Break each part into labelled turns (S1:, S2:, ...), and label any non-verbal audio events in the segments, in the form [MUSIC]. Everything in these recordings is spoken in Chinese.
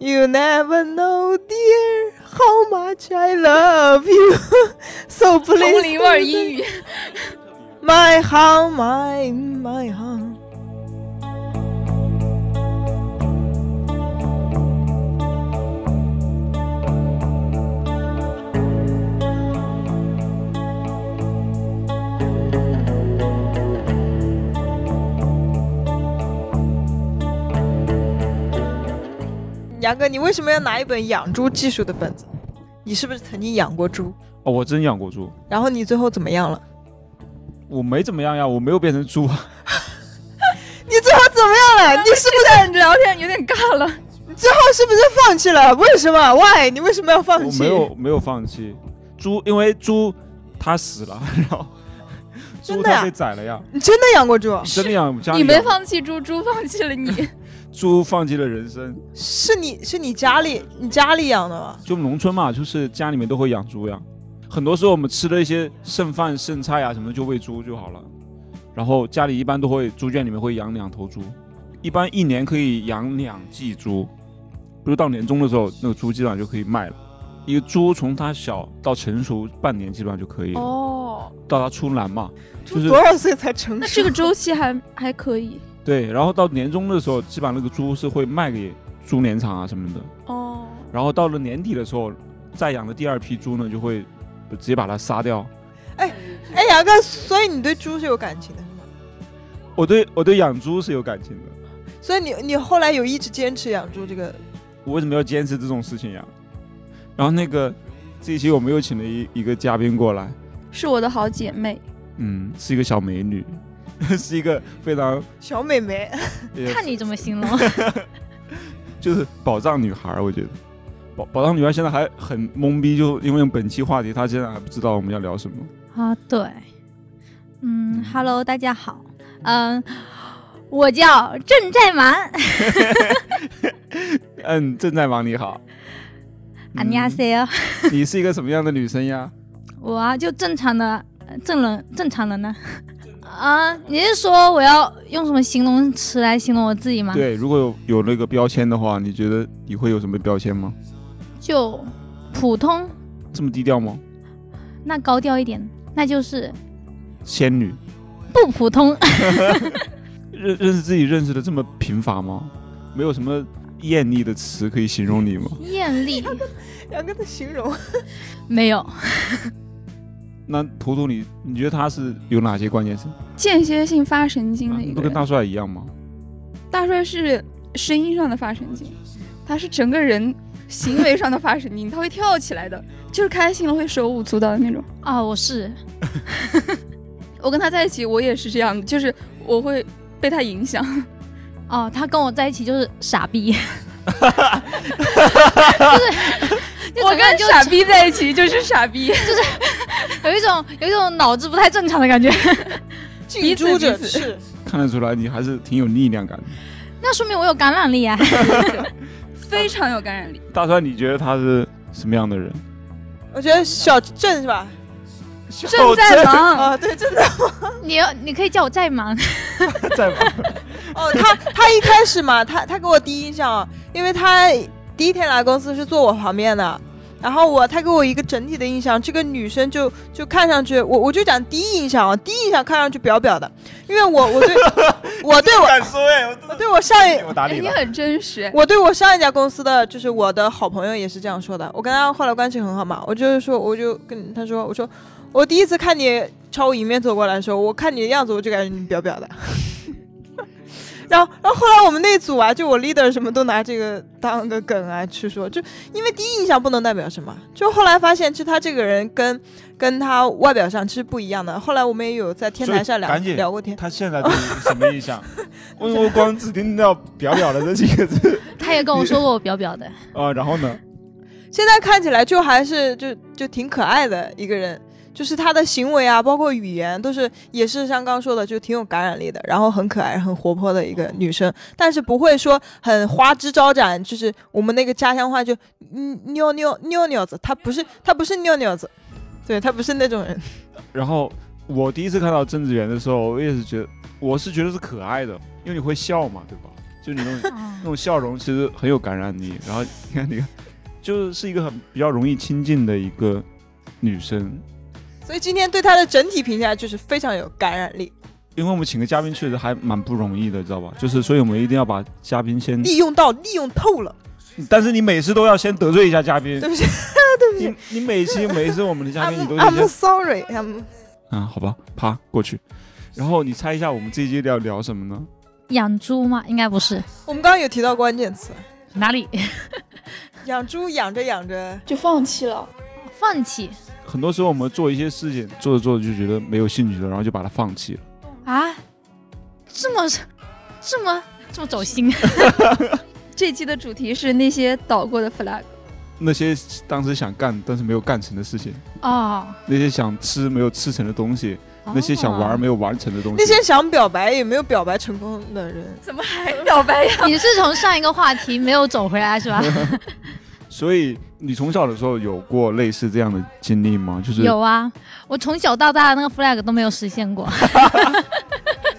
S1: You never know, dear, how much I love you. [LAUGHS] So
S2: 红 [LAUGHS]
S1: please,
S2: 梨味儿英语，
S1: my heart, my my heart. 杨哥，你为什么要拿一本养猪技术的本子？你是不是曾经养过猪？
S3: 哦，我真养过猪，
S1: 然后你最后怎么样了？
S3: 我没怎么样呀，我没有变成猪啊。
S1: 你最后怎么样了？你是
S2: 这段聊天有点尬了。
S1: 不是不是放弃了？为什么？Why？你为什么要放
S3: 我
S1: 弃？
S3: 没有没有放弃猪，因为猪它死了， [LAUGHS] 然后
S1: 真
S3: 猪
S1: 的啊呀
S3: 它被宰了呀，
S1: 你真的养过猪？
S3: 真的养家里
S2: 你没
S3: 养
S2: 放弃猪，猪放弃了你。
S3: 猪放弃了人生，
S1: 是你是你家里你家里养的吗？
S3: 就农村嘛，就是家里面都会养猪呀。很多时候我们吃的一些剩饭剩菜啊什么的就喂猪就好了，然后家里一般都会猪圈里面会养两头猪，一般一年可以养两季猪，比如到年终的时候那个猪基本上就可以卖了。一个猪从它小到成熟半年基本上就
S4: 嗯
S3: 可以
S2: [LAUGHS]
S3: 了，
S2: 哦，
S3: 到它出栏嘛，就是
S1: 多少岁才成
S2: 那
S1: 熟 [LAUGHS]
S2: 这？个周期还还可以。
S3: 对，然后到年终的时候，基本上那个猪是会卖给猪联厂啊什么的。
S2: 哦，
S3: 然后到了年底的时候，再养的第二批猪呢，就会直接把它杀掉。
S1: 哎，杨哥，所以你对猪是有感情的，是吗？
S3: 我对我对养猪是有感情的，
S1: 所以你你后来有一直坚持养猪这个？
S3: 我为什么要坚持这种事情呀？然后那个这一期我们又请了一一个嘉宾过来，
S2: 是我的好姐妹，
S3: 嗯，是一个小美女， [LAUGHS] 是一个非常
S1: 小美眉， [LAUGHS]
S3: 呃
S4: 看你怎么形容，
S3: 就是宝藏女孩儿，我觉得。宝宝藏女孩现在还很懵逼，就因为本期话题，她现在还不知道我们要聊什么。
S4: [LAUGHS] 啊，对，嗯，Hello，大家好，嗯，我叫郑在满， [LAUGHS]
S3: 嗯，正在忙，你好。
S4: 안녕하세요，
S3: 嗯你是一个什么样的女生呀？
S4: 我啊就正常的呃正人正常人呢， [LAUGHS] 啊，你是说我要用什么形容词来形容我自己吗？
S3: 对，如果有有那个标签的话，你觉得你会有什么标签吗？
S4: 就普通，
S3: 这么低调吗？
S4: 那高调一点，那就是
S3: 仙女，
S4: 不普通，
S3: 认认识自己认识的这么贫乏吗？没有什么艳丽的词可以形容你吗？
S4: 艳丽
S1: 杨哥的形容，
S4: 没有，
S3: 那图图你，你觉得她是有哪些关键词？
S2: [LAUGHS] 间歇性发神经
S3: 啊
S2: 的一
S3: 不
S2: 个
S3: 跟
S2: 人。
S3: 大帅一样吗？
S2: 大帅是声音上的发神经，他是整个人行为上的发神经，他会跳起来的，就是开心了会手舞足蹈的那种。
S4: 啊，我是
S2: 我跟他在一起，我也是这样的，就是我会被他影响。
S4: 哦，他跟我在一起就是傻
S2: [LAUGHS]
S4: 逼，就是就
S2: 我
S4: 整个
S2: 跟
S4: 人就
S2: 傻逼在一
S4: [LAUGHS]
S2: 起就是傻逼，
S4: 有一种有一种脑子不太正常的感觉，
S1: 近
S2: 此
S1: 朱者
S2: 彼此
S1: 赤。
S3: 看得出来，你还是挺有力量感的。
S4: 那说明我有感染力啊。
S2: 非常有感染
S3: [LAUGHS]
S2: 力。
S3: 大帅，你觉得他是什么样的人？
S1: 我觉得小郑是吧？
S2: 正在忙，
S1: 啊，对，郑在。
S4: 你要你可以叫我再忙，
S3: 在吗？
S1: [LAUGHS] 哦，他他一开始嘛，他他给我第一印象，因为他第一天来公司是坐我旁边的，然后我他给我一个整体的印象，这个女生就就看上去，我我就讲第一印象啊，第一印象看上去表表的，因为我我对 [LAUGHS] 我对我
S3: 敢说哎，我真
S1: 我对我上一
S3: 的我打
S2: 哎
S3: 脸
S2: 你
S3: 了。
S2: 很真实。
S1: 我对我上一家公司的就是我的好朋友也是这样说的，我跟他后来关系很好嘛，我就是说我就跟他说，我说我第一次看你朝我迎面走过来的时候，我看你的样子我就感觉你表表的。 [LAUGHS] 然后，然后后来我们那组啊，就我 leader 什么都拿这个当个梗啊去说，就因为第一印象不能代表什么。就后来发现，其实他这个人跟跟他外表上其实不一样的。后来我们也有在天台上
S3: 所
S1: 聊
S3: 以赶紧
S1: 聊过天，
S3: 他现在对你什么印
S2: [LAUGHS]
S3: 象？我我光只听到“表表”的这几个字 [LAUGHS]
S4: 他也跟我说过我表表的，
S3: 啊，然后呢？
S1: 现在看起来就还是就就挺可爱的一个人，就是他的行为啊，包括语言，都是也是像刚刚说的，就挺有感染力的，然后很可爱、很活泼的一个女生，但是不会说很花枝招展，就是我们那个家乡话就嗯妞妞妞妞子，她不是她不是妞妞子，对她不是那种人，
S3: 然后我第一次看到郑智源的时候，我也是觉得，我是觉得是可爱的，因为你会笑嘛，对吧？就你那种
S4: 哦
S3: 那种笑容其实很有感染力。然后你看，你看，就是一个很比较容易亲近的一个女生。
S1: 所以今天对他的整体评价就是非常有感染力，
S3: 因为我们请个嘉宾确实还蛮不容易的，知道吧？就是所以我们一定要把嘉宾先，
S1: 利用到利用透了，
S3: 但是你每次都要先得罪一下嘉
S1: [LAUGHS]
S3: 宾
S1: 对。不起
S3: 你你每期每一次我们的嘉宾你嗯都
S1: ，I'm
S3: 得
S1: [LAUGHS] I'm
S3: 先
S1: sorry，I'm
S3: 嗯，好吧，啪过去。然后你猜一下我们这一期要聊什么呢？
S4: 养猪吗？应该不是，
S1: 我们刚刚有提到关键词，
S4: 哪里？
S1: 养猪养着养着，
S2: 就放弃了。
S4: 放弃
S3: 很多时候我们做一些事情，做着做着就觉得没有兴趣了，然后就把它放弃了。
S4: 啊？这么这么这么走心？
S2: 这期的主题是那些倒过的 flag，
S3: 那些当时想干但是没有干成的事情，
S4: 哦，
S3: 那些想吃没有吃成的东西，那些想玩
S4: 哦
S3: 没有玩成的东西。
S1: 那些想表白也没有表白成功的人，
S2: 怎么还哎表白 [LAUGHS] 呀？
S4: 哦你是从上一个话题没有走回来是吧？
S3: 所以你从小的时候有过类似这样的经历吗？就是
S4: 有啊，我从小到大那个 flag 都没有实现过。 [LAUGHS]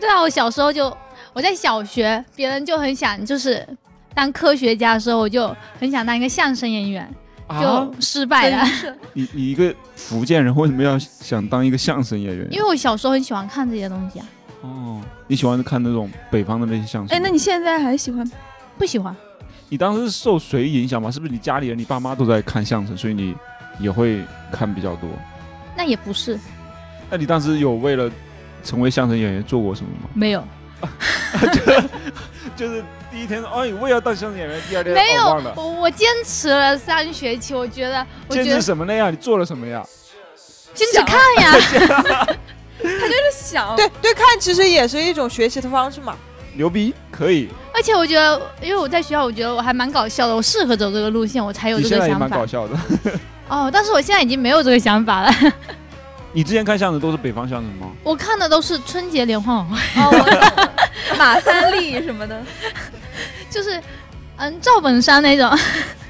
S4: 对啊，我小时候就我在小学，别人就很想就是当科学家的时候，我就很想当一个相声演员，
S3: 啊，
S4: 就失败了。
S3: 你你一个福建人为什么要想当一个相声演员？
S4: 因为我小时候很喜欢看这些东西啊，
S3: 哦，你喜欢看那种北方的那些相声？
S2: 哎，那你现在还喜欢吗？
S4: 不喜欢。
S3: 你当时是受谁影响吗？是不是你家里人、你爸妈都在看相声，所以你也会看比较多？
S4: 那也不是
S3: 那你当时有为了成为相声演员做过什么吗？
S4: 没有，
S3: 就是第一天，哎，我也要当相声演员。第二天，
S4: 没有
S3: 哦忘了。
S4: 我我坚持了三学期，我觉得我
S3: 坚
S4: 觉得
S3: 持什么了呀？你做了什么呀？
S4: 坚持看
S3: [LAUGHS]
S4: 呀，
S2: 想
S1: 对对，看其实也是一种学习的方式嘛。
S3: 牛逼，可以。
S4: 而且我觉得，因为我在学校，我觉得我还蛮搞笑的，我适合走这个路线，我才有
S3: 你
S4: 这
S3: 现
S4: 个
S3: 在也
S4: 想
S3: 蛮搞
S4: 法。
S3: 笑的。
S4: 哦，但是我现在已经没有这个想法了。 [LAUGHS]
S3: 你之前看相声都是北方相声吗？
S4: 我看的都是春节联欢晚会， [LAUGHS]
S2: 哦，我马三立什么的，
S4: 就是嗯赵本山那种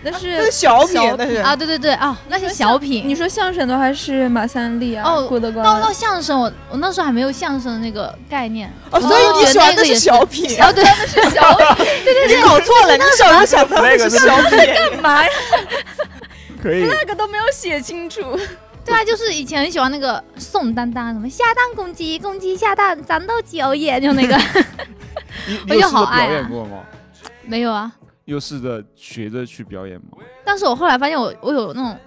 S2: 那
S1: 那
S2: 是
S1: 是小品
S2: 小，
S1: 那是
S4: 啊，对对对啊、那些小品。
S2: 啊你说相声的话是马三立啊，
S4: 哦
S2: 郭德纲
S4: 到
S2: 啊。
S4: 到相声，我我那时候还没有相声的那个概念。
S1: 哦，所以你喜欢的是哎小品，
S4: 哦，对， [LAUGHS]
S2: 小品
S1: 你搞错了，你小时候想当的是小品，
S2: 干嘛呀？
S3: 可以。
S2: 那个都没有写清楚。
S4: 对啊，就是以前很喜欢那个宋丹丹，什么下蛋公鸡，公鸡下蛋，咱斗酒也，就那 [LAUGHS] 个。
S3: 你
S4: 我
S3: 你有
S4: 就
S3: 试着
S4: 好爱
S3: 表
S4: 啊
S3: 演过吗？
S4: 没有啊，
S3: 又试着学着去表演吗？
S4: 但是我后来发现我我有那种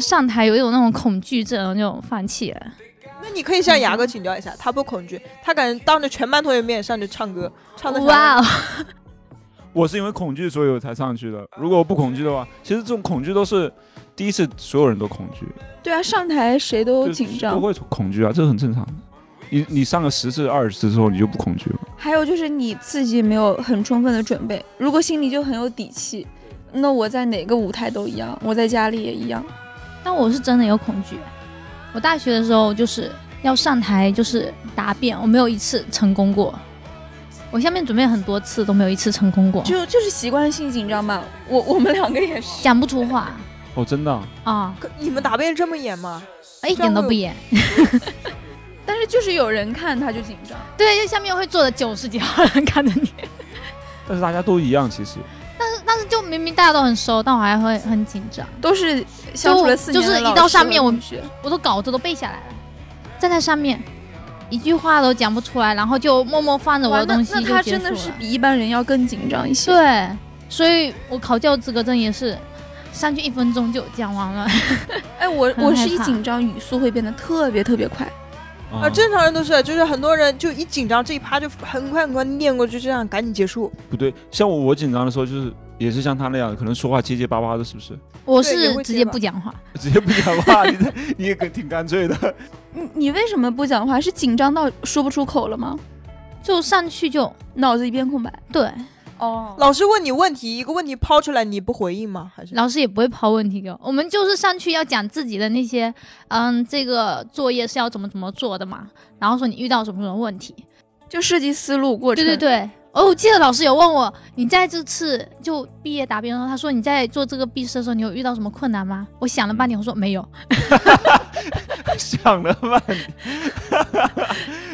S4: 上台有一种那种恐惧症，我就放弃了。
S1: [LAUGHS] 那你可以向牙哥请教一下，他不恐惧，他敢当着全班同学面上去唱歌，唱的
S4: 哇哦！
S3: 我是因为恐惧，所以我才上去的。如果我不恐惧的话，其实这种恐惧都是第一次，所有人都恐惧，
S2: 对啊，上台谁都
S3: 就
S2: 紧
S3: 都
S2: 张。
S3: 会恐惧啊，这很正常的。你你上个十次、二十次之后，你就不恐惧了。
S2: 还有就是你自己没有很充分的准备，如果心里就很有底气，那我在哪个舞台都一样，我在家里也一样。
S4: 但我是真的有恐惧。我大学的时候就是要上台，就是答辩，我没有一次成功过。我下面准备很多次都没有一次成功过，
S2: 就就是习惯性紧张嘛。我我们两个也是。
S4: 讲不出话
S3: 哦，真的啊、
S4: 啊、
S1: 可你们答辩这么演吗？
S4: 一点都不演。
S2: 但是就是有人看他就紧张，
S4: 对，就下面会坐着九十几号人看着你，
S3: 但是大家都一样，其实
S4: 但是就明明大家都很熟，但我还会很紧张。
S2: 都是相处了四年的
S4: 就是一
S2: 老
S4: 到
S2: 师
S4: 上
S2: 和
S4: 面我
S2: 同学
S4: 我都稿子都背下来了，站在上面一句话都讲不出来，然后就默默放着我
S2: 哇
S4: 的
S2: 那
S4: 东西
S2: 那
S4: 就
S2: 他
S4: 结
S2: 真
S4: 束
S2: 的是
S4: 了
S2: 比一般人要更紧张一些。
S4: 对，所以我考教资格证也是上去一分钟就讲完了。
S2: 哎，我
S4: 很
S2: 我
S4: 害
S2: 是一
S4: 怕
S2: 紧张，语速会变得特别特别快。
S1: 啊，正常人都是，就是很多人就一紧张这一趴就很快很快念过去，这样赶紧结束。
S3: 不对。像我，我紧张的时候就是也是像他那样，可能说话结结巴巴的，是不是？ [LAUGHS]
S4: 我
S1: 对也
S4: 是
S1: 会
S4: 直
S1: 结
S4: 接
S1: 巴
S4: 不讲话，
S3: 直接不讲话，你这你也可挺干脆的。 [LAUGHS]
S2: 你你为什么不讲话？是紧张到说不出口了吗？
S4: 就上去就
S2: 脑子一片空白。
S4: 对，
S2: 哦
S1: 老师问你问题，一个问题抛出来，你不回应吗？还是
S4: 老师也不会抛问题给我，我们就是上去要讲自己的那些，嗯，这个作业是要怎么怎么做的嘛，然后说你遇到什么什么问题，
S2: 就设计思路过程。
S4: 对对对。哦，我记得老师有问我，你在这次就毕业答辩的时候，他说你在做这个笔试的时候，你有遇到什么困难吗？我想了半天，我说没有。
S3: 想了半
S2: 嗯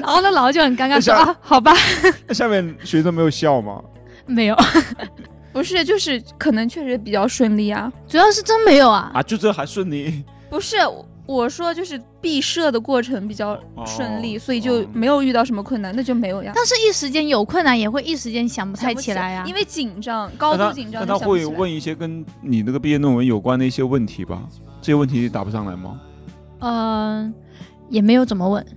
S4: 然后那老就很尴尬
S3: 等一
S4: 说
S3: 下
S4: 啊，好吧，
S3: 天，下面学生没有笑吗？
S4: 没有， [LAUGHS]
S2: 不是，就是可能确实比较顺利啊。
S4: 主要是真没有啊。
S3: 啊，就这还顺 [LAUGHS] 利，
S2: 不是，我说就是毕设的过程比较顺利，
S3: 哦
S2: 所以就
S3: 哦
S2: 没有遇到什么困难，那就没有呀。
S4: 但是，一时间有困难也会一时间想不
S2: 想
S4: 太
S2: 不
S4: 起来啊呀、
S2: 因为紧张，高度
S3: 那他
S2: 紧张就
S3: 那他
S2: 想不起
S3: 会
S2: 来。
S3: 问一些跟你那个毕业论文有关的一些问题吧？这些问题答不上来吗？
S4: 嗯、也没有怎么问。
S3: [LAUGHS]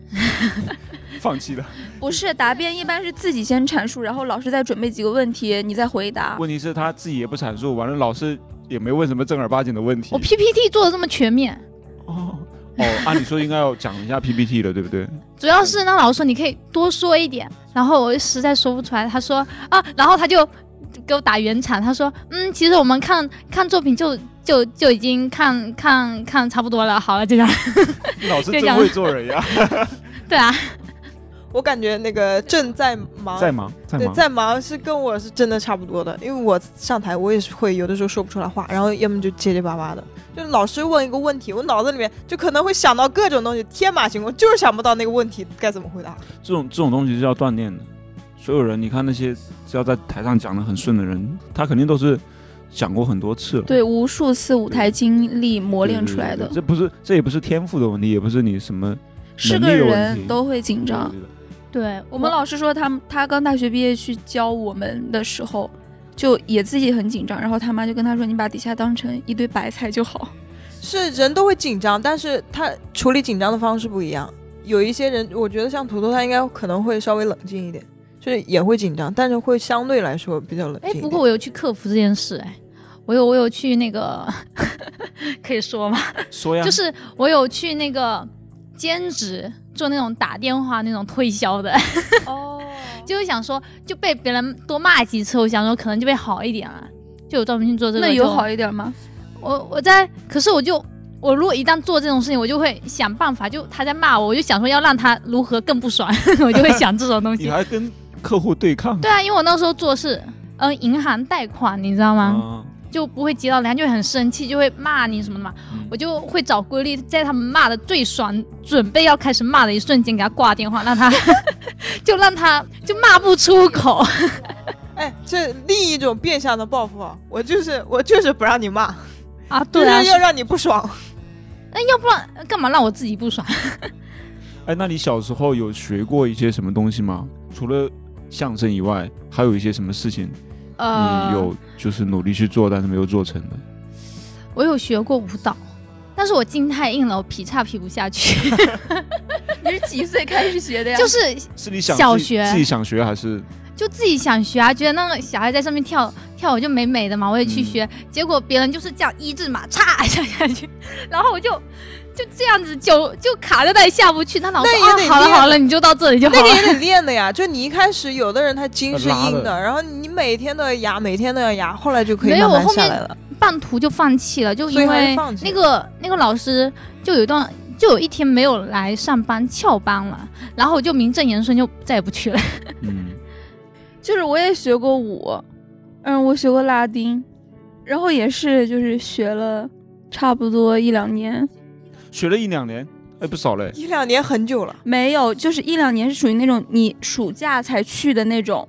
S3: 放弃了。
S2: 不是答辩，一般是自己先阐述，然后老师再准备几个问题，你再回答。
S3: 问题是他自己也不阐述，完了老师也没问什么正儿八经的问题
S4: 我。PPT 做的这么全面，
S3: 哦哦，按理说应该要讲一下 PPT 了，对不对？
S4: 主要是那老师说你可以多说一点，然后我实在说不出来，他说啊，然后他就给我打圆场，他说嗯，其实我们看看作品就就就已经看看看差不多了，好了，就这样。
S3: [LAUGHS]
S4: [LAUGHS]
S3: 老师
S4: 对
S3: 真
S4: 讲
S3: 会做人呀，
S4: 对啊，
S1: 我感觉那个正在忙，
S3: [LAUGHS] 在忙在
S1: 对
S3: 忙，
S1: 在忙是跟我是真的差不多的，因为我上台我也是会有的时候说不出来话，然后要么就结结巴巴的。就老师问一个问题，我脑子里面就可能会想到各种东西，天马行空，就是想不到那个问题该怎么回答。
S3: 这种这种东西是要锻炼的。所有人，你看那些只要在台上讲的很顺的人，他肯定都是讲过很多次了。
S2: 对，无数次舞台经历磨
S3: 对
S2: 练
S3: 对
S2: 出来的
S3: 对，这不是这也不是天赋的问题，也不是你什么
S2: 是个
S3: 能力有问
S2: 人
S3: 题
S2: 都会紧
S4: 啊
S2: 张。
S4: 对
S2: 我们老师说他们他刚大学毕业去教我们的时候，就也自己很紧张，然后他妈就跟他说：“你把底下当成一堆白菜就好。
S1: 是人都会紧张，但是他处理紧张的方式不一样。有一些人，我觉得像土豆，他应该可能会稍微冷静一点，就是也会紧张，但是会相对来说比较冷静
S4: 哎
S1: 一，点。
S4: 不过我有去克服这件事，哎，我有我有去那个， [LAUGHS] 可以说吗？
S3: 说呀，
S4: 就是我有去那个兼职做那种打电话那种推销的，”
S2: [LAUGHS] 哦，
S4: 就是想说就被别人多骂几次，我想说可能就会好一点了，就有专门去做这个。
S2: 那有
S4: 就
S2: 好一点吗？
S4: 我我在，可是我就我如果一旦做这种事情，我就会想办法，就他在骂我，我就想说要让他如何更不爽， [LAUGHS] 我就会想这种东
S3: [LAUGHS] 你
S4: 西。
S3: 还跟客户对抗
S4: 对啊，因为我那时候做的是嗯、呃银行贷款，你知道吗？
S3: 啊？
S4: 就不会接到，人家就会很生气，就会骂你什么的嘛。
S3: 嗯
S4: 我就会找规律，在他们骂的最爽，准备要开始骂的一瞬间，给他挂电话，让他 [LAUGHS] 就让他就骂不出口。
S1: 哎，这另一种变相的报复啊！我就是我就是不让你骂，
S4: 啊，
S1: 就
S4: 对
S1: 是
S4: 啊，
S1: 要让你不爽。
S4: 那要不然干嘛让我自己不爽？
S3: 哎，那你小时候有学过一些什么东西吗？除了相声以外，还有一些什么事情
S1: 嗯
S4: 呃，
S3: 你有就是努力去做，但是没有做成的？
S4: 我有学过舞蹈，但是我筋太硬了，我劈叉劈不
S1: [LAUGHS]
S4: 下去。
S2: [LAUGHS] 你是几岁开始学的呀？
S4: 就是
S3: 是你想
S4: 小
S3: 自己
S4: 学
S3: 自己想学还是？
S4: 就自己想学啊，觉得那个小孩在上面跳跳舞就美美的嘛，我也去
S3: 嗯
S4: 学。结果别人就是这样一字马叉 [LAUGHS] 一下下去，然后我就就这样子就就卡在那里下不去。那老师
S1: 那也
S4: 说
S1: 得
S4: 啊，好了
S1: 练
S4: 好了，你就到这里 [LAUGHS] 就好
S1: 那个
S4: 了。
S1: 也得练的呀，就你一开始有的人他筋是
S3: 拉
S1: 硬
S3: 的
S1: 的，然后你每天都要压，每天都要压，后来就可以
S4: 没有
S1: 慢慢
S4: 我后
S1: 下
S4: 面
S1: 来了。
S4: 半途就放弃了，就
S1: 所以
S4: 因
S1: 还是
S4: 为
S1: 放弃
S4: 那个那个老师就有一段就有一天没有来上班翘班了，然后我就名正言顺就再也不去了。
S3: 嗯，
S2: 就是我也学过舞，嗯，我学过拉丁，然后也是就是学了差不多一两年，
S3: 学了一两年，哎，不少嘞。
S1: 一两年很久了，
S2: 没有，就是一两年是属于那种你暑假才去的那种，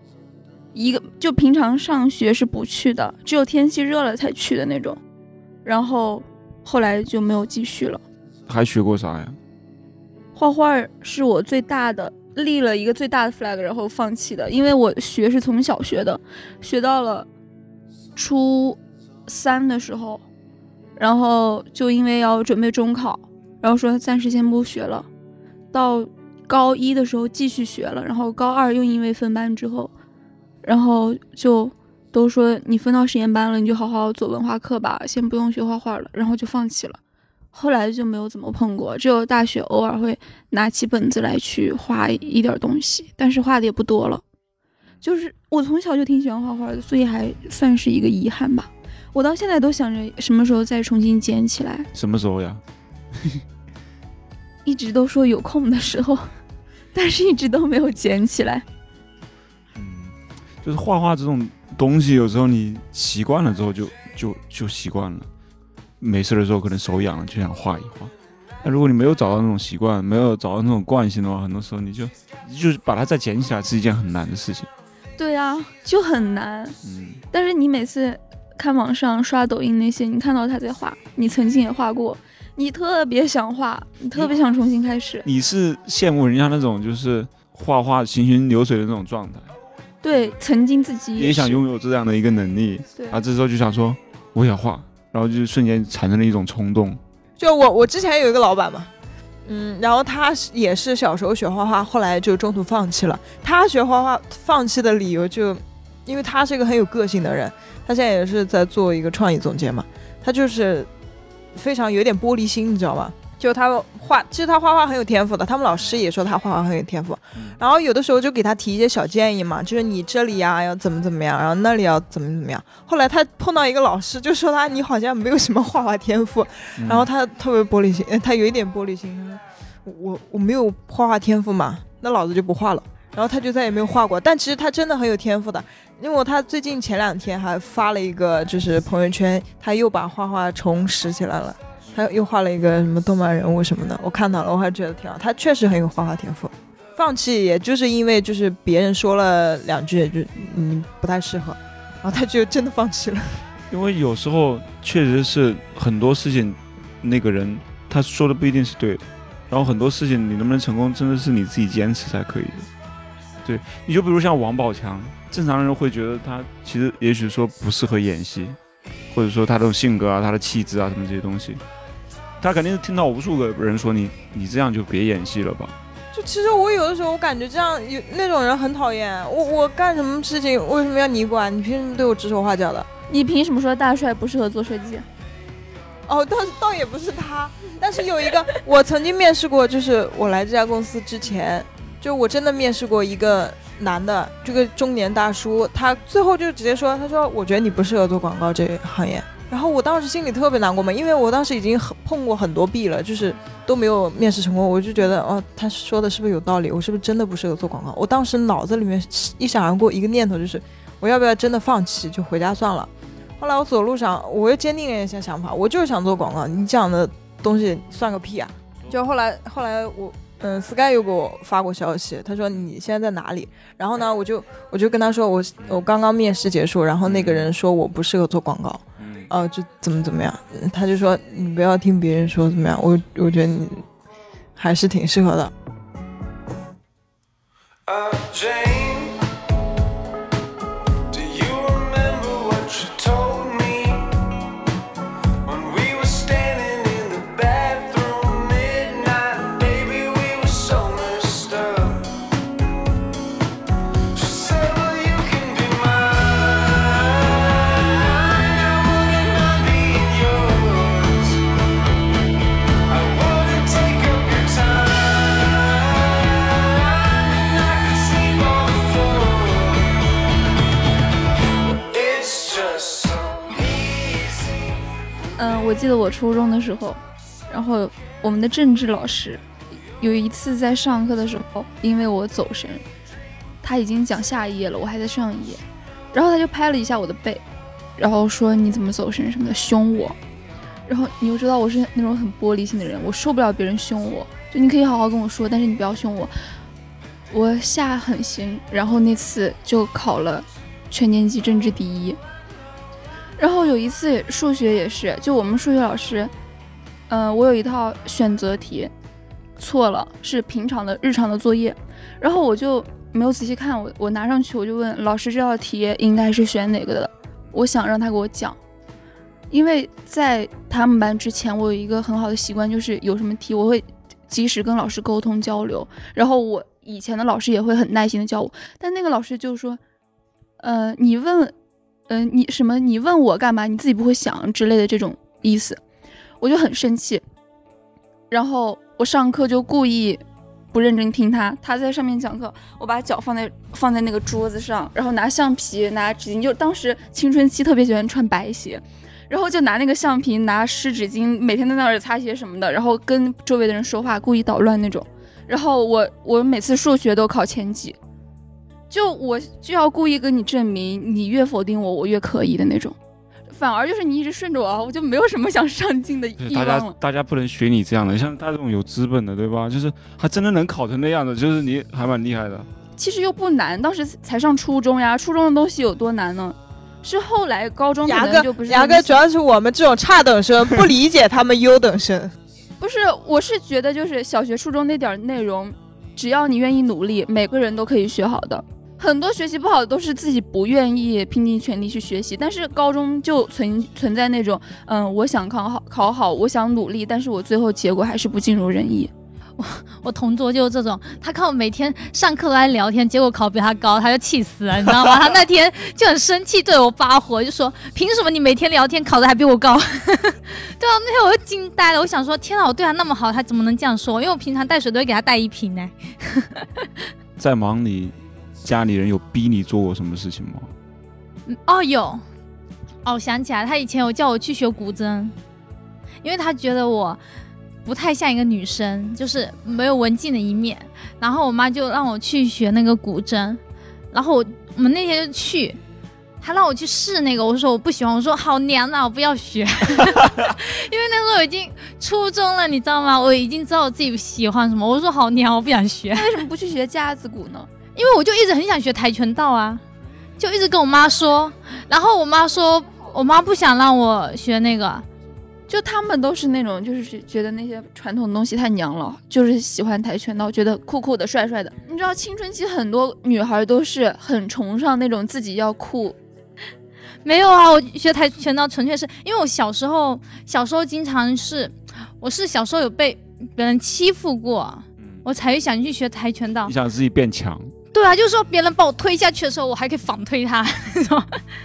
S2: 一个就平常上学是不去的，只有天气热了才去的那种，然后后来就没有继续了。
S3: 还学过啥呀？
S2: 画画是我最大的立了一个最大的 flag，然后放弃的，因为我学是从小学的，学到了初三的时候，然后就因为要准备中考，然后说暂时先不学了，到高一的时候继续学了，然后高二又因为分班之后，然后就。都说你分到实验班了，你就好好走文化课吧，先不用学画画了，然后就放弃了。后来就没有怎么碰过，只有大学偶尔会拿起本子来去画一点东西，但是画的也不多了。就是我从小就挺喜欢画画的，所以还算是一个遗憾吧。我到现在都想着什么时候再重新捡起来，
S3: 什么时候呀？
S2: 一直都说有空的时候， [LAUGHS] 但是一直都没有捡起来。
S3: 嗯，就是画画这种东西，有时候你习惯了之后就就就习惯了，没事的时候可能手痒了就想画一画。哎，但如果你没有找到那种习惯，没有找到那种惯性的话，很多时候你就就是把它再捡起来是一件很难的事情。
S2: 对啊，就很难。
S3: 嗯，
S2: 但是你每次看网上刷抖音那些，你看到他在画，你曾经也画过，你特别想画，你特别想重新开始。
S3: 你是羡慕人家那种就是画画行云流水的那种状态，
S2: 对，曾经自己
S3: 也想
S2: 是。
S3: 拥有这样的一个能力
S2: 对
S3: 啊，这时候就想说我也要画，然后就瞬间产生了一种冲动。
S1: 就我我之前有一个老板嘛，嗯，然后他是也是小时候学画画，后来就中途放弃了。他学画画放弃的理由就，因为他是一个很有个性的人，他现在也是在做一个创意总监嘛，他就是非常有点玻璃心，你知道吗？就他画，其实他画画很有天赋的，他们老师也说他画画很有天赋。然后有的时候就给他提一些小建议嘛，就是你这里呀、啊要怎么怎么样，然后那里要怎么怎么样。后来他碰到一个老师，就说他你好像没有什么画画天赋，
S3: 嗯
S1: 然后他特别玻璃心，呃他有一点玻璃心。他说我我我没有画画天赋嘛，那老子就不画了。然后他就再也没有画过，但其实他真的很有天赋的，因为他最近前两天还发了一个就是朋友圈，他又把画画重拾起来了，他又画了一个什么动漫人物什么的，我看到了，我还觉得挺好，他确实很有画画天赋。放弃也就是因为就是别人说了两句，就嗯不太适合，然后他就真的放弃了。
S3: 因为有时候确实是很多事情，那个人他说的不一定是对的，然后很多事情你能不能成功，真的是你自己坚持才可以的。对，你就比如像王宝强，正常人会觉得他其实也许说不适合演戏，或者说他这种性格啊、他的气质啊什么这些东西，他肯定是听到无数个人说你你这样就别演戏了吧。
S1: 就其实我有的时候我感觉这样有那种人很讨厌。我我干什么事情为什么要你管？你凭什么对我指手画脚的？
S2: 你凭什么说大帅不适合做设计？
S1: 哦，倒倒也不是他，但是有一个我曾经面试过，就是我来这家公司之前，就我真的面试过一个男的，这个中年大叔，他最后就直接说，他说我觉得你不适合做广告这个行业。然后我当时心里特别难过嘛，因为我当时已经很碰过很多壁了，就是都没有面试成功，我就觉得哦，他说的是不是有道理？我是不是真的不适合做广告？我当时脑子里面一闪而过一个念头，就是我要不要真的放弃，就回家算了。后来我走路上，我又坚定了一下想法，我就是想做广告，你讲的东西算个屁啊！就后来后来我。嗯，Sky 又给我发过消息，他说你现在在哪里？然后呢，我就我就跟他说我我刚刚面试结束，然后那个人说我不适合做广告，
S3: 嗯，
S1: 哦、就怎么怎么样，嗯他就说你不要听别人说怎么样，我我觉得你还是挺适合的。
S5: Uh, Jane, do you remember what you told me when we were standing in the bathroom midnight? Baby, we were so messed up. She said, Well, you can be mine. I wouldn't mind being yours. I wouldn't take up your time. I could sleep on the floor. It's just so easy.
S2: 嗯，我记得我初中的时候，然后我们的政治老师有一次在上课的时候，因为我走神，他已经讲下一页了，我还在上一页，然后他就拍了一下我的背，然后说你怎么走神什么的，凶我。然后你又知道我是那种很玻璃心的人，我受不了别人凶我，就你可以好好跟我说，但是你不要凶我。我下狠心，然后那次就考了全年级政治第一。然后有一次数学也是，就我们数学老师，嗯、我有一套选择题错了，是平常的日常的作业，然后我就没有仔细看，我我拿上去我就问老师这道题应该是选哪个的，我想让他给我讲，因为在他们班之前，我有一个很好的习惯，就是有什么题我会及时跟老师沟通交流，然后我以前的老师也会很耐心的教我，但那个老师就说，呃，你问嗯、你什么你问我干嘛？你自己不会想之类的这种意思，我就很生气。然后我上课就故意不认真听他，他在上面讲课，我把脚放在放在那个桌子上，然后拿橡皮拿纸巾，就当时青春期特别喜欢穿白鞋，然后就拿那个橡皮拿湿纸巾，每天在那儿擦鞋什么的，然后跟周围的人说话，故意捣乱那种。然后我我每次数学都考前几，就我就要故意跟你证明，你越否定我，我越可以的那种。反而就是你一直顺着我，啊，我就没有什么想上进的
S3: 就是
S2: 欲
S3: 大
S2: 望
S3: 家
S2: 了。
S3: 大家不能学你这样的，像他这种有资本的，对吧？就是还真的能考成那样子，就是你还蛮厉害的。
S2: 其实又不难，当时才上初中呀，初中的东西有多难呢？是后来高中可
S1: 牙
S2: 能
S1: 哥
S2: 就不，是
S1: 牙
S2: 那么
S1: 哥主
S2: 想
S1: 要是我们这种差等生不理解他们优等生，
S2: 不是，我是觉得就是小学、初中那点儿内容，只要你愿意努力，每个人都可以学好的。很多学习不好的都是自己不愿意拼尽全力去学习，但是高中就存存在那种，嗯，我想考好考好，我想努力，但是我最后结果还是不尽如
S1: [LAUGHS]
S2: 人意。
S4: 我同桌就是这种，他看我每天上课都在聊天，结果考比他高，他就气死了，你知道吗？他那天就很生气，对我发火，就说：“凭什么你每天聊天考的还比我高？” [LAUGHS] 对啊，那天我就惊呆了，我想说：“天啊，我对他那么好，他怎么能这样说？因为我平常带水都会给他带一瓶呢。
S3: 在忙你家里人有逼你做过什么事情吗？”
S4: 嗯哦，有，哦，我想起来，他以前有叫我去学古筝，因为他觉得我不太像一个女生，就是没有文静的一面。然后我妈就让我去学那个古筝，然后我我们那天就去，她让我去试那个，我说我不喜欢，我说好娘啊，我不要学，因 [LAUGHS] 为那时候已经初中了，你知道吗？我已经知道我自己喜欢什么，我说好娘，我不想学，
S2: 为什么不去学架子鼓呢？
S4: 因为我就一直很想学跆拳道啊，就一直跟我妈说，然后我妈说，我妈不想让我学那个，
S2: 就他们都是那种，就是觉得那些传统的东西太娘了，就是喜欢跆拳道，觉得酷酷的、帅帅的。你知道，青春期很多女孩都是很崇尚那种自己要酷，
S4: 没有啊，我学跆拳道纯粹是因为我小时候，小时候经常是，我是小时候有被别人欺负过，
S3: 嗯，
S4: 我才想去学跆拳
S1: 啊
S4: 道
S3: 你。想自己变强，
S4: 对啊，就是说别人把我推下去的时候，我还可以反推他，那种 [LAUGHS]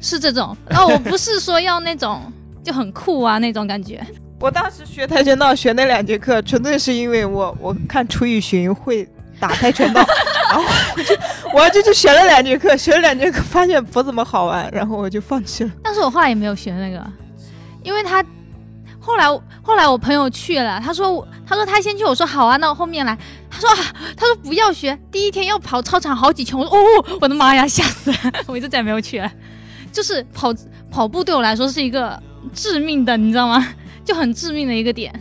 S4: 是这种。哦，我不是说要那种就很酷啊那种感觉。
S1: 我当时学跆拳道学那两节课，纯粹是因为我我看楚雨荨会打跆拳道，然后我就我就去学了两节课，学了两节课发现不怎么好玩，然后我就放弃了。
S4: 但是我后来也没有学那个，因为他后来后来我朋友去了，他说我他说他先去，我说好啊，那我后面来。他说、啊、他说不要学，第一天要跑操场好几圈，我说哦，我的妈呀，吓死了， [LAUGHS] 我就再也没有去了。就是跑跑步对我来说是一个致命的，你知道吗？就很致命的一个点。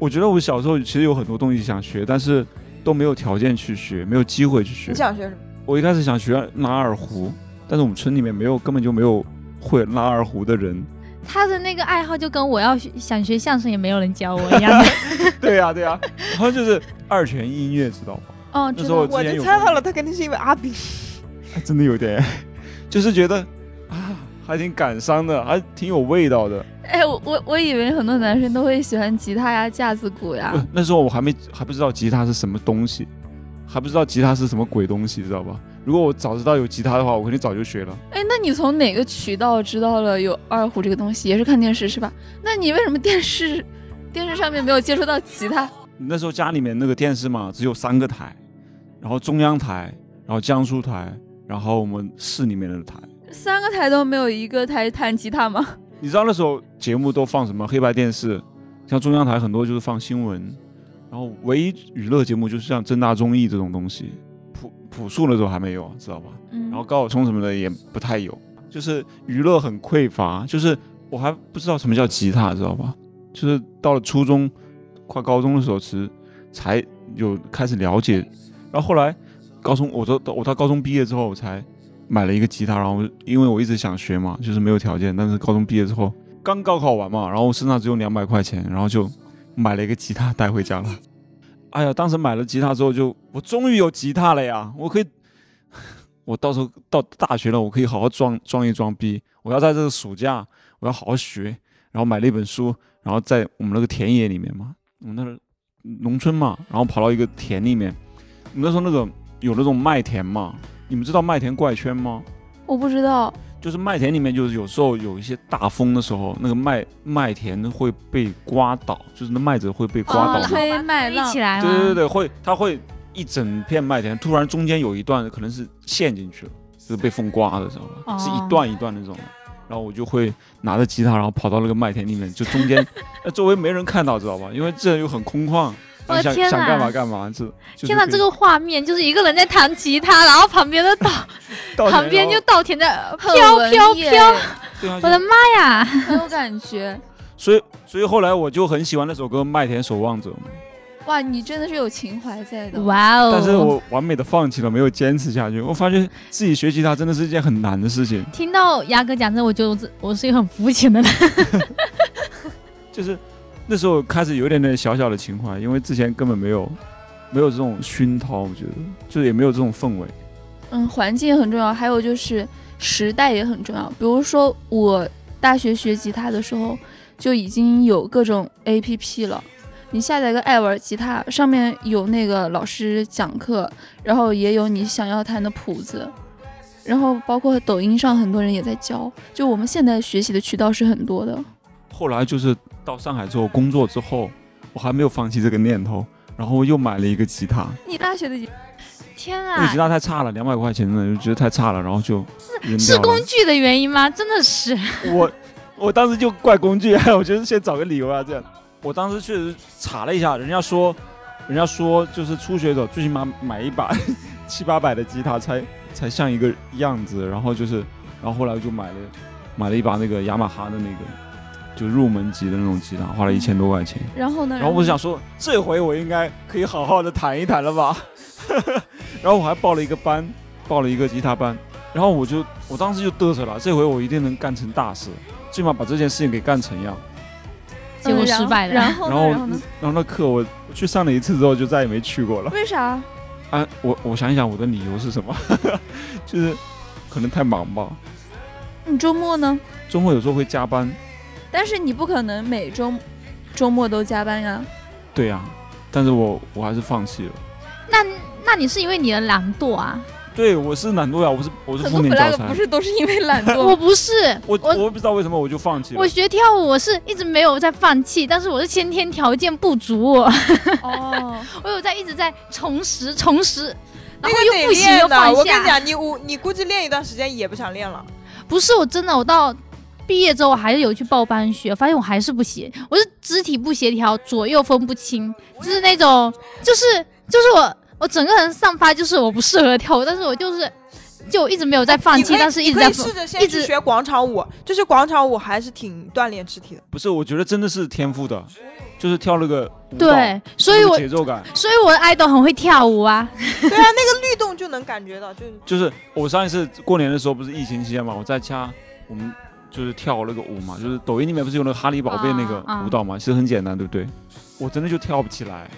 S3: 我觉得我小时候其实有很多东西想学，但是都没有条件去学，没有机会去学
S1: 你。想学什么？
S3: 我一开始想学拉二胡，但是我们村里面没有，根本就没有会拉二胡的
S1: [LAUGHS]
S3: 人。
S4: 他的那个爱好就跟我要学想学相声也没有人教我一样
S3: [LAUGHS]
S4: 的。
S3: 对呀、对呀、然后就是二泉音乐，知道吗？
S2: 嗯，
S3: 那
S2: 知
S3: 时候
S2: 道
S3: 我之
S1: 我
S3: 前
S1: 就
S3: 有
S1: 猜到了，他肯定是因为阿炳。
S3: 还真的有点， [LAUGHS] 就是觉得啊，还挺感伤的，还挺有味道的。
S2: 哎，我我我以为很多男生都会喜欢吉他呀、架子鼓
S3: [LAUGHS]
S2: 呀。
S3: 呃那时候我还没还不知道吉他是什么东西，还不知道吉他是什么鬼东西，知道吧？如果我早知道有吉他的话，我肯定早就学了。
S2: 哎，那你从哪个渠道知道了有二胡这个东西？也是看电视是吧？那你为什么电视电视上面没有接触到吉
S3: [LAUGHS]
S2: 他？
S3: 那时候家里面那个电视嘛，只有三个台，然后中央台，然后江苏台，然后我们市里面的台。
S2: 三个台都没有一个台弹吉他吗？
S3: 你知道那时候节目都放什么黑白电视，像中央台很多就是放新闻，然后唯一娱乐节目就是像正大综艺这种东西，朴朴素那时候还没有，知道吧？
S2: 嗯，
S3: 然后高晓松什么的也不太有，就是娱乐很匮乏，就是我还不知道什么叫吉他，知道吧？就是到了初中，快高中的时候，其实才有开始了解，然后后来高中，我到我到高中毕业之后，我才买了一个吉他，然后因为我一直想学嘛，就是没有条件，但是高中毕业之后，刚高考完嘛，然后我身上只有两百块钱，然后就买了一个吉他带回家了。哎呀，当时买了吉他之后就，我终于有吉他了呀！我可以我到时候到大学了，我可以好好装装一装逼。我要在这个暑假，我要好好学，然后买了一本书，然后在我们那个田野里面嘛，我们那儿农村嘛，然后跑到一个田里面，我们那时候那个有那种麦田嘛，你们知道麦田怪圈吗？
S2: 我不知道，
S3: 就是麦田里面，就是有时候有一些大风的时候，那个麦麦田会被刮倒，就是那麦子会被刮倒
S2: 哦
S3: 嘛。
S2: 吹麦
S4: 一
S2: 浪
S4: 起来吗？
S3: 对对对对，会它会一整片麦田，突然中间有一段可能是陷进去了，就是被风刮的，知道吧？
S4: 哦
S3: 是一段一段那种的。然后我就会拿着吉他，然后跑到那个麦田里面，就中
S4: [LAUGHS]
S3: 间，那周围没人看到，知道吧？因为这又很空旷，
S4: 我的
S3: 想
S4: 天
S3: 想干
S4: 哪
S3: 嘛干嘛，这就是
S4: 天哪，
S3: 可以
S4: 这个画面就是一个人在弹吉他，然后旁边的稻，
S3: 稻田
S4: 旁边就
S3: 然后
S4: 稻田在
S2: 很
S4: 飘
S2: 文
S4: 飘
S2: 艺
S4: 飘，
S3: 对啊，
S4: 我的妈呀！
S2: 很有感觉。
S3: 所以所以后来我就很喜欢那首歌《麦田守望者》嘛，
S2: 哇，你真的是有情怀在的。
S4: 哇哦！
S3: 但是我完美的放弃了，没有坚持下去。我发现自己学吉他真的是一件很难的事情，
S4: 听到牙哥讲这，我觉得我是我是一个很肤浅的人。
S3: 就是那时候开始有一点点小小的情怀，因为之前根本没有没有这种熏陶，我觉得就是也没有这种氛围。
S2: 嗯，环境很重要，还有就是时代也很重要。比如说我大学学吉他的时候，就已经有各种 A P P 了。你下载个爱玩吉他，上面有那个老师讲课，然后也有你想要弹的谱子，然后包括抖音上很多人也在教。就我们现在学习的渠道是很多的。
S3: 后来就是到上海之后工作之后，我还没有放弃这个念头，然后又买了一个吉他。
S2: 你大学的吉
S4: [LAUGHS] 天
S3: 那个
S4: 啊
S3: 吉！他太差了，两百块钱的就觉得太差了，然后就扔
S4: 是
S3: 掉
S4: 工
S3: 了。
S4: 具的原因吗？真的是，
S3: [LAUGHS] 我我当时就怪工具， [LAUGHS] 我觉得先找个理由啊，这样。我当时确实查了一下，人家说，人家说就是初学者最起码买一把 [LAUGHS] 七八百的吉他才才像一个样子，然后就是，然后后来我就买了买了一把那个雅马哈的那个就入门级的那种吉他，花了一千多块钱。
S2: 然后呢？嗯
S3: 然后我想说，这回我应该可以好好的弹一弹了吧？ [LAUGHS] 然后我还报了一个班，报了一个吉他班。然后我就，我当时就嘚瑟了，这回我一定能干成大事，最起码把这件事情给干成呀。
S4: 结果失败
S2: 然
S4: 了。
S2: 后
S3: 然
S2: 呢
S3: 后，
S2: 然后呢？
S3: 然后那课我去上了一次之后，就再也没去过了。
S2: 为啥？
S3: 啊，我我想一想，我的理由是什么？ [LAUGHS] 就是可能太忙吧，
S2: 你周末呢？
S3: 周末有时候会加班。
S2: 但是你不可能每周周末都加班呀。
S3: 对呀、但是我我还是放弃了。
S4: 那那你是因为你的懒惰啊？
S3: 对，我是懒惰呀，我是我是
S2: 很
S3: 负
S2: 多
S3: 面教
S2: flag
S3: 材
S2: 不。是都是因为懒
S4: 我
S2: 惰，
S4: 不是，
S3: 我
S4: 我
S3: 我不知道为什么我就放弃了。
S4: 我学跳舞，我是一直没有在放弃，但是我是先天条件不足， [LAUGHS]
S2: 哦，
S4: 我有在一直在重拾重拾，然
S1: 那
S4: 后
S1: 个
S4: 又
S1: 得
S4: 不行又
S1: 练的，
S4: 放
S1: 我跟你
S4: 下。
S1: 讲，你我你估计练一段时间也不想练了。
S4: 不是，我真的，我到毕业之后我还是有去报班学，发现我还是不行，我是肢体不协调，左右分不清，就是那种，就是就是我我整个人散发就是我不适合跳舞，但是我就是就一直没有在放
S1: 你可
S4: 弃，
S1: 以
S4: 但是一
S1: 你
S4: 直
S1: 可
S4: 在
S1: 以
S4: 放
S1: 试着
S4: 一
S1: 先
S4: 直
S1: 去学广场舞，就是广场舞还是挺锻炼肢体的。
S3: 不是，我觉得真的是天赋的，就是跳那个舞蹈，
S4: 对，所以
S3: 那个
S4: 我
S3: 节奏感，
S4: 所以我的 idol 很会跳舞啊，
S1: 对啊，那个律动就能感觉到，就
S3: 就是我上一次过年的时候不是疫情期间嘛，我在家我们就是跳那个舞嘛，就是抖音里面不是有那个哈利宝贝那
S4: 嗯啊
S3: 个
S4: 啊
S3: 舞蹈嘛，其实很简单，对不对？我真的就跳不起来，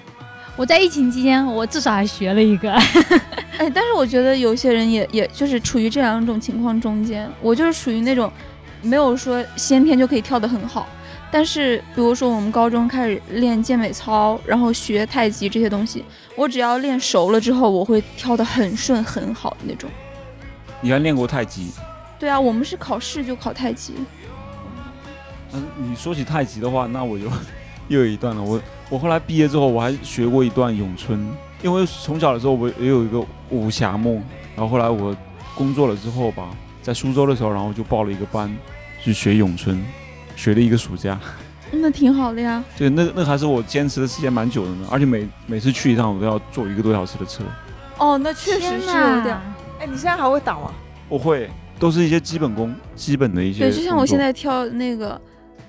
S4: 我在疫情期间我至少还学了一个。
S2: [LAUGHS] 哎，但是我觉得有些人也也就是处于这两种情况中间，我就是属于那种没有说先天就可以跳得很好，但是比如说我们高中开始练健美操，然后学太极这些东西，我只要练熟了之后，我会跳得很顺很好的那种。
S3: 你还练过太极？
S2: 对啊，我们是考试就考太极，
S3: 嗯，你说起太极的话，那我就 [LAUGHS] 又有一段了。我我后来毕业之后，我还学过一段咏春，因为从小的时候我也有一个武侠梦，然后后来我工作了之后吧，在苏州的时候，然后就报了一个班去学咏春，学了一个暑假。
S2: 那挺好的呀。
S3: 对，那那还是我坚持的时间蛮久的呢，而且每每次去一趟我都要坐一个多小时的车。
S2: 哦，那确实
S4: 天
S2: 是有点
S4: 呐，。
S1: 哎，你现在还会打吗？
S3: 我会，都是一些基本功，基本的一些
S2: 对，
S3: 工作。
S2: 就像我现在跳那个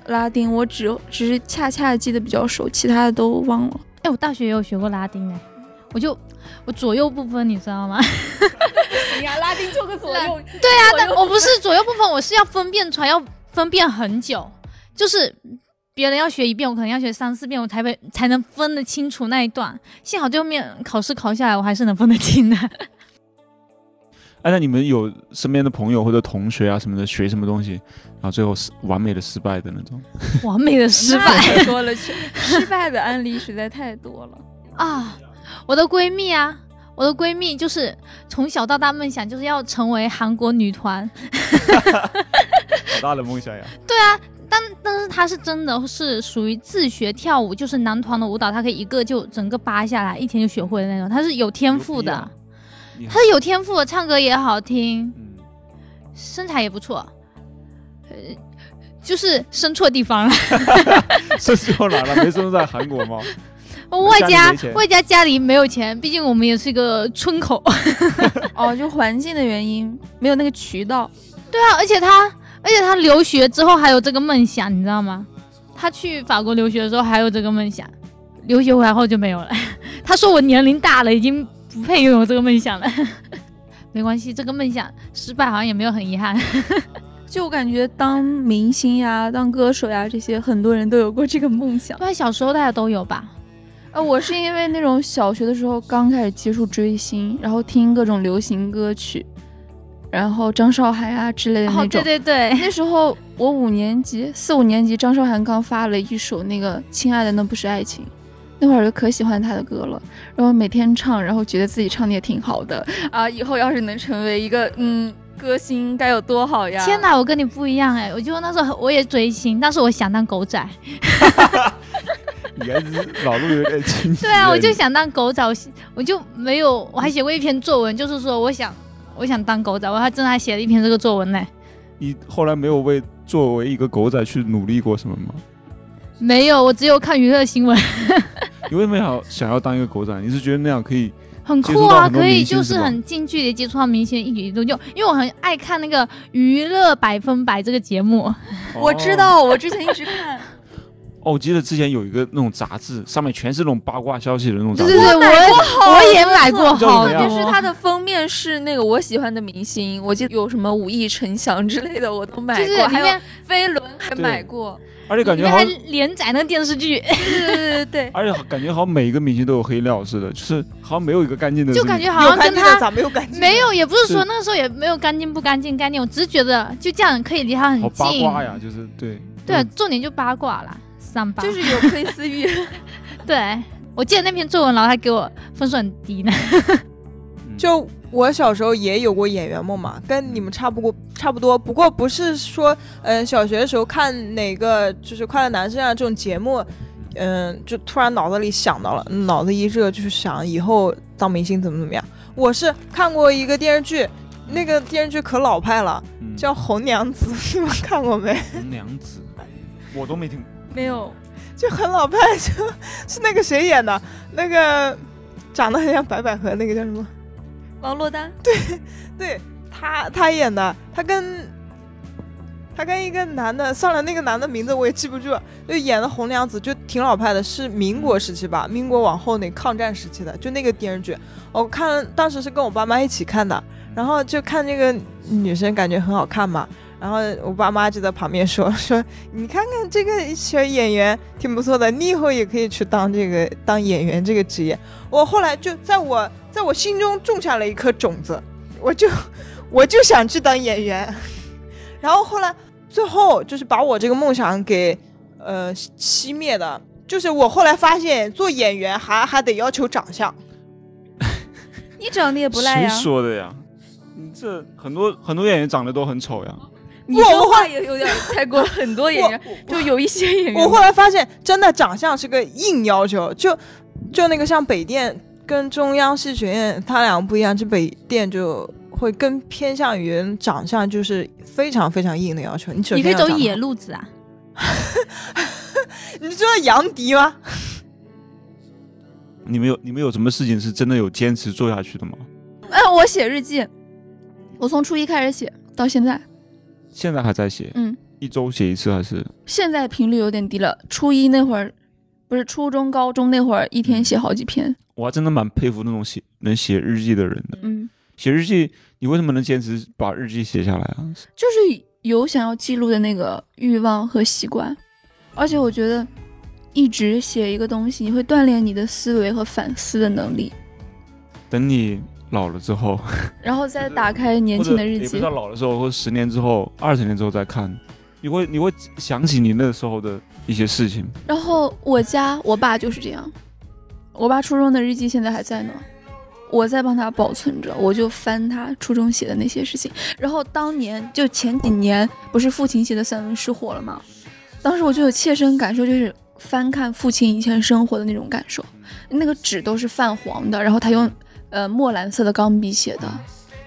S2: 拉丁，我只只是恰恰记得比较熟，其他的都忘了。
S4: 哎，我大学也有学过拉丁哎，我就我左右不分，你知道吗？
S2: 你看哎拉丁就个左
S4: 右，对啊，但我不是左右不分，我是要分辨出来，要分辨很久，就是别人要学一遍，我可能要学三四遍，我才会才能分得清楚那一段。幸好最后面考试考下来，我还是能分得清的。
S3: 哎，那你们有身边的朋友或者同学啊什么的学什么东西，然后最后失完美的失败的那种？
S4: 完美的失败
S2: 太多了去， [LAUGHS] 失败的案例实在太多了。
S4: 啊！我的闺蜜啊，我的闺蜜就是从小到大梦想就是要成为韩国女团，
S3: 好大的梦想呀！
S4: 但是她是真的是属于自学跳舞，就是男团的舞蹈，她可以一个就整个扒下来，一天就学会的那种。她是有天赋
S3: 牛逼
S4: 的
S3: 啊，你
S4: 她是有天赋的，唱歌也好听，
S3: 嗯，
S4: 身材也不错，呃，就是生错
S3: [LAUGHS]
S4: 地方了。
S3: 这时候来了，没生在韩国吗？ [LAUGHS]
S4: 外
S3: 家里
S4: 加
S3: 没钱
S4: 外加家里没有钱，毕竟我们也是一个
S3: [LAUGHS]
S4: 村口。
S2: 哦，就环境的原因，没有那个渠道。
S4: 对啊，而且她，而而且他留学之后还有这个梦想，你知道吗？他去法国留学的时候还有这个梦想，留学回来后就没有了。 [LAUGHS] 他说我年龄大了，已经不配拥有这个梦想了。 [LAUGHS] 没关系，这个梦想失败好像也没有很遗
S3: [LAUGHS]
S4: 憾。
S2: 就我感觉当明星呀、当歌手呀这些，很多人都有过这个梦 [LAUGHS] 想。
S4: 对，小时候大家都有吧？
S2: 啊，我是因为那种小学的时候刚开始接触追星，然后听各种流行歌曲，然后张韶涵啊之类的那种。
S4: 哦，对对对，
S2: 那时候我五年级，四五年级，张韶涵刚发了一首那个《亲爱的那不是爱情》，那会儿就可喜欢她的歌了，然后每天唱，然后觉得自己唱的也挺好的啊，以后要是能成为一个嗯歌星该有多好呀！
S4: 天，哪，我跟你不一样哎！我就那时候我也追星，但是我想当狗仔。
S3: 你还是老路有点清晰。
S4: 对啊，我就想当狗仔，我写我就没有，我还写过一篇作文，就是说我想我想当狗仔，我还真的还写了一篇这个作文呢。
S3: 你后来没有为作为一个狗仔去努力过什么吗？
S4: 没有，我只有看娱乐新闻， [LAUGHS]
S3: 你为什么要想要当一个狗仔？你是觉得那样可以？
S4: 很
S3: 接
S4: 酷
S3: 触到
S4: 啊，
S3: 很多
S4: 可以
S3: 明星
S4: 就是是
S3: 吧
S4: 很近距离接触到明星，一举一动就，因为我很爱看那个娱乐百分百这个节目，
S2: 我知道，我之前一直看，
S3: 哦哦。哦，我记得之前有一个那种杂志，上面全是那种八卦消息的那种杂
S4: 对
S3: 志。
S4: 对对，
S2: 我买过
S4: 我我也买过
S3: 叫什
S4: 好
S3: 么呀
S4: 多，
S2: 但是它的封面是那个我喜欢的明星，我记得有什么武艺陈翔之类的，我都买
S4: 就
S2: 过，
S4: 是里
S2: 还有
S4: 面
S2: 飞轮还
S3: 对
S2: 买过，
S3: 而且感
S4: 里
S3: 觉
S4: 面
S3: 好
S4: 还
S3: 像，
S4: 连载那个电视剧，
S2: 对对对对对。
S3: 而且感觉好像每一个明星都有黑料似的，就是好像没有一个干净的这
S4: [LAUGHS] 就
S3: 个。
S4: 感觉好
S1: 有
S4: 像
S1: 干
S4: 跟
S1: 净的
S4: 他
S1: 咋没有干净？
S4: 没有，也不是说
S3: 是
S4: 那个时候也没有干净不干净概念，我只是觉得就这样可以离他很
S3: 好哦八
S4: 近，
S3: 卦呀，嗯就是对
S4: 对，啊重点就八卦啦，三八，
S2: 就是有窥私欲，
S4: 对。我记得那篇作文，老师还给我分数很低呢。
S3: 嗯
S1: 就我小时候也有过演员梦嘛，跟你们差不过差不多，不过不是说，嗯、小学的时候看哪个就是《快乐男声》啊这种节目，嗯、就突然脑子里想到了，脑子一热就是想以后当明星怎么怎么样。我是看过一个电视剧，那个电视剧可老派了，
S3: 嗯
S1: 叫《红娘子》， [LAUGHS] 你们看过没？
S3: 红娘子，我都没听。
S2: 没有
S1: 就 [LAUGHS] 很老派，就是那个谁演的，那个长得很像白百合那个叫什么？
S2: 王珞丹，
S1: 对 [LAUGHS] 他，他演的，他跟他跟一个男的，算了，那个男的名字我也记不住，就演的红娘子，就挺老派的，是民国时期
S2: 嗯
S1: 吧，民国往后那抗战时期的，就那个电视剧，我看当时是跟我爸妈一起看的，然后就看这个女生感觉很好看嘛。然后我爸妈就在旁边说 [LAUGHS] 说，你看看这个小演员挺不错的，你以后也可以去当这个当演员这个职业。我后来就在我在我心中种下了一颗种子，我就 [LAUGHS] 我就想去当演员。然后后来最后就是把我这个梦想给呃熄灭的，就是我后来发现做演员还还得要求长相，
S2: 你长得也不赖
S3: 谁
S2: 呀，
S3: 说的呀？你这很多很多演员长得都很丑呀。
S2: 你
S1: 我
S2: 说
S1: 我
S2: 话也有点太过，很多演员
S1: 我
S2: 就有一些演员
S1: 我后来发现，真的长相是个硬要求，就就那个像北电跟中央戏剧学院，它俩不一样，这北电就会更偏向于长相，就是非常非常硬的要求。你首先
S4: 你可以
S1: 要
S4: 走
S1: 长得
S4: 野
S1: 好，
S4: 路子啊，
S1: 你知道杨迪吗？ [LAUGHS]
S3: 你们有你们有什么事情是真的有坚持做下去的吗？
S2: 哎，我写日记，我从初一开始写到现在，
S3: 现在还在写，
S2: 嗯，
S3: 一周写一次还是？
S2: 现在频率有点低了。初一那会儿，不是初中、高中那会儿，一天写好几篇。
S3: 我还真的蛮佩服那种写能写日记的人的。
S2: 嗯，
S3: 写日记，你为什么能坚持把日记写下来啊？
S2: 就是有想要记录的那个欲望和习惯，而且我觉得一直写一个东西，你会锻炼你的思维和反思的能力，
S3: 等你老了之后，
S2: 然后再打开年
S3: 或
S2: 轻
S3: 者
S2: 的
S3: 也
S2: 日
S3: 不
S2: 记
S3: 知道。老的时候，或十年之后、二十年之后再看，你会你会想起你那时候的一些事情。
S2: 然后我家我爸就是这样，我爸初中的日记现在还在呢，我在帮他保存着，我就翻他初中写的那些事情。然后当年就前几年不是父亲写的散文失火了吗？当时我就有切身感受，就是翻看父亲以前生活的那种感受，那个纸都是泛黄的，然后他用呃墨蓝色的钢笔写的。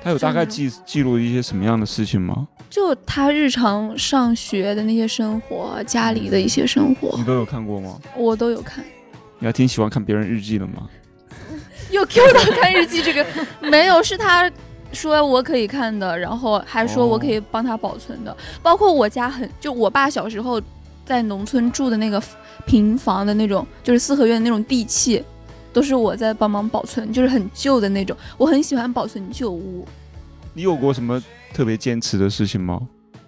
S3: 他有大概记记录一些什么样的事情吗？
S2: 就他日常上学的那些生活，家里的一些生活
S3: 你，都有看过吗？
S2: 我都有看。
S3: 你还挺喜欢看别人日记的吗？
S2: [LAUGHS] 又 Q 到看日记这个，没有，是他说我可以看的，然后还说我可以帮他保存的，包括我家很就我爸小时候在农村住的那个平房的那种，就是四合院的那种地契，都是我在帮忙保存，就是很旧的那种。我很喜欢保存旧屋，
S3: 你有过什么特别坚持的事情吗？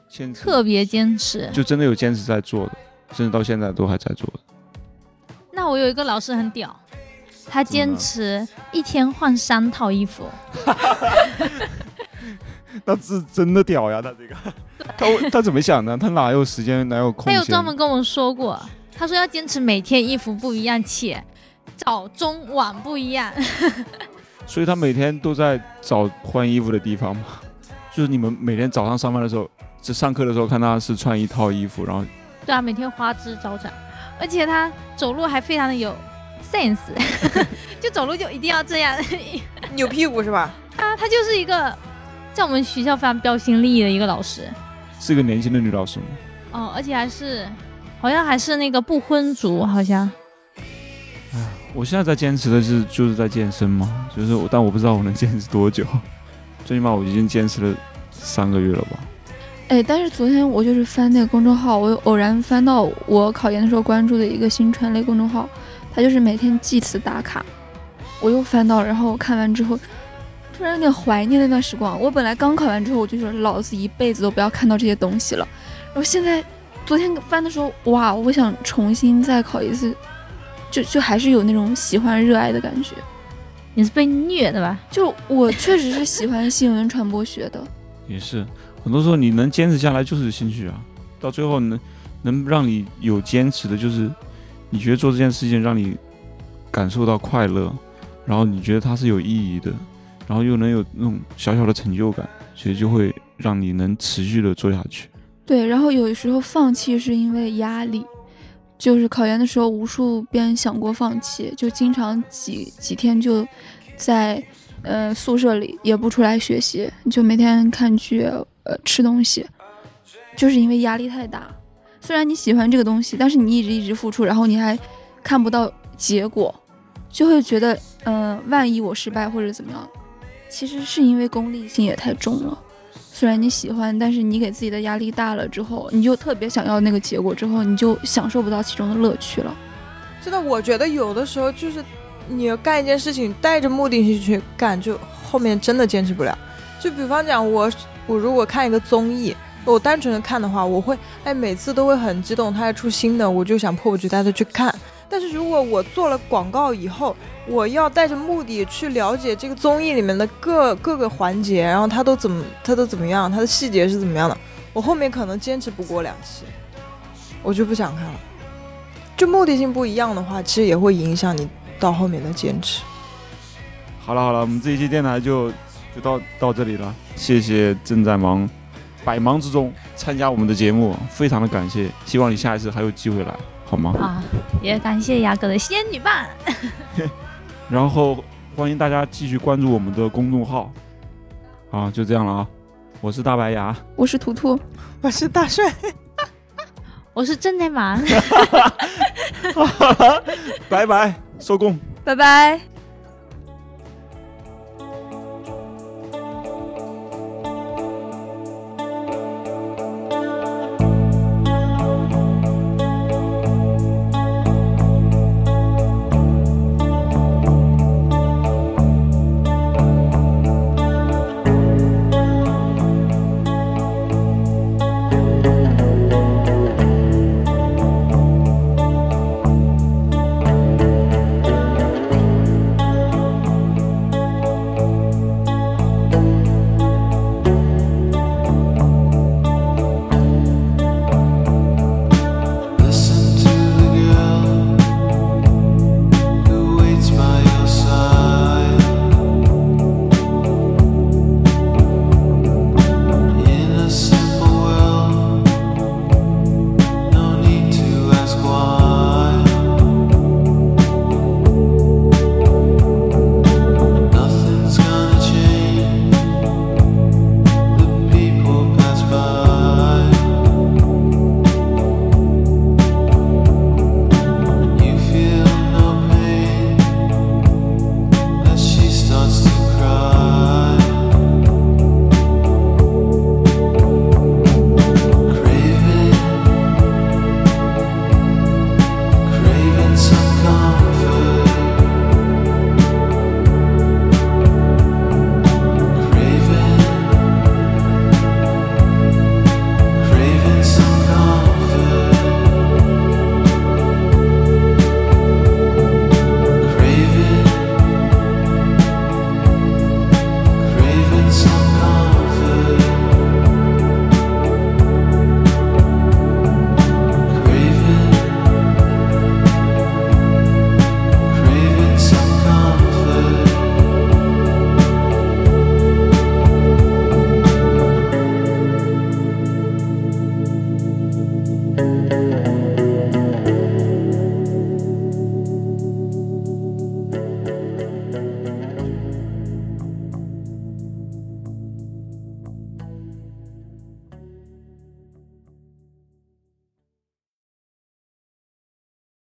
S3: 坚持
S4: 特别坚持。
S3: 就真的有坚持在做的，甚至到现在都还在做的。
S4: 那我有一个老师很屌，他坚持一天换三套衣服，
S3: [LAUGHS] 那是真的屌呀！他这个，他他怎么想的？他哪有时间，哪有空
S4: 他
S3: 闲？
S4: 有专门跟我说过，他说要坚持每天衣服不一样，且早中晚不一样。
S3: 所以他每天都在找换衣服的地方嘛。 [LAUGHS] 就是你们每天早上上班的时候，就上课的时候看他是穿一套衣服，然后
S4: 对啊，每天花枝招展，而且他走路还非常的有 sense，就走路就一定要这样。 [LAUGHS]
S1: 扭屁股是吧？
S4: 啊，他就是一个在我们学校非常标新立异的一个老师
S3: 是个年轻的女老师嘛。
S4: 哦，而且还是好像还是那个不婚族，好像
S3: 我现在在坚持的是就是在健身嘛，就是我，但我不知道我能坚持多久。 [LAUGHS] 最起码我已经坚持了三个月了吧。
S2: 哎，但是昨天我就是翻那个公众号，我又偶然翻到我考研的时候关注的一个新传类公众号，它就是每天记词打卡，我又翻到了，然后我看完之后，突然有点怀念那段时光。我本来刚考完之后，我就说老子一辈子都不要看到这些东西了，然后现在昨天翻的时候，哇，我想重新再考一次，就就还是有那种喜欢热爱的感觉。
S4: 你是被虐的吧？
S2: 就我确实是喜欢新闻传播学的，
S3: 也是，很多时候你能坚持下来就是兴趣啊。到最后能能让你有坚持的，就是你觉得做这件事情让你感受到快乐，然后你觉得它是有意义的，然后又能有那种小小的成就感，其实就会让你能持续的做下去。
S2: 对，然后有时候放弃是因为压力，就是考研的时候无数遍想过放弃，就经常几几天就在呃宿舍里也不出来学习，就每天看剧呃吃东西，就是因为压力太大。虽然你喜欢这个东西，但是你一直一直付出，然后你还看不到结果，就会觉得嗯、呃万一我失败或者怎么样，其实是因为功利性也太重了。虽然你喜欢，但是你给自己的压力大了之后，你就特别想要那个结果，之后你就享受不到其中的乐趣了。
S1: 真的，我觉得有的时候就是你干一件事情带着目的性去干，就后面真的坚持不了。就比方讲我，我如果看一个综艺，我单纯的看的话，我会哎每次都会很激动，它要出新的，我就想迫不及待的去看。但是如果我做了广告以后，我要带着目的去了解这个综艺里面的各各个环节，然后它都怎么它都怎么样，它的细节是怎么样的，我后面可能坚持不过两期，我就不想看了。就目的性不一样的话，其实也会影响你到后面的坚持。
S3: 好了好了，我们这一期电台就就到到这里了，谢谢正在忙。百忙之中参加我们的节目，非常的感谢，希望你下一次还有机会来，好吗？
S4: 啊，也感谢牙哥的仙女棒。 [LAUGHS]
S3: 然后欢迎大家继续关注我们的公众号。啊，就这样了啊！我是大白牙，
S2: 我是图图，
S1: 我是大帅，
S4: 我是正在忙。
S3: 拜拜，收工。
S2: 拜拜。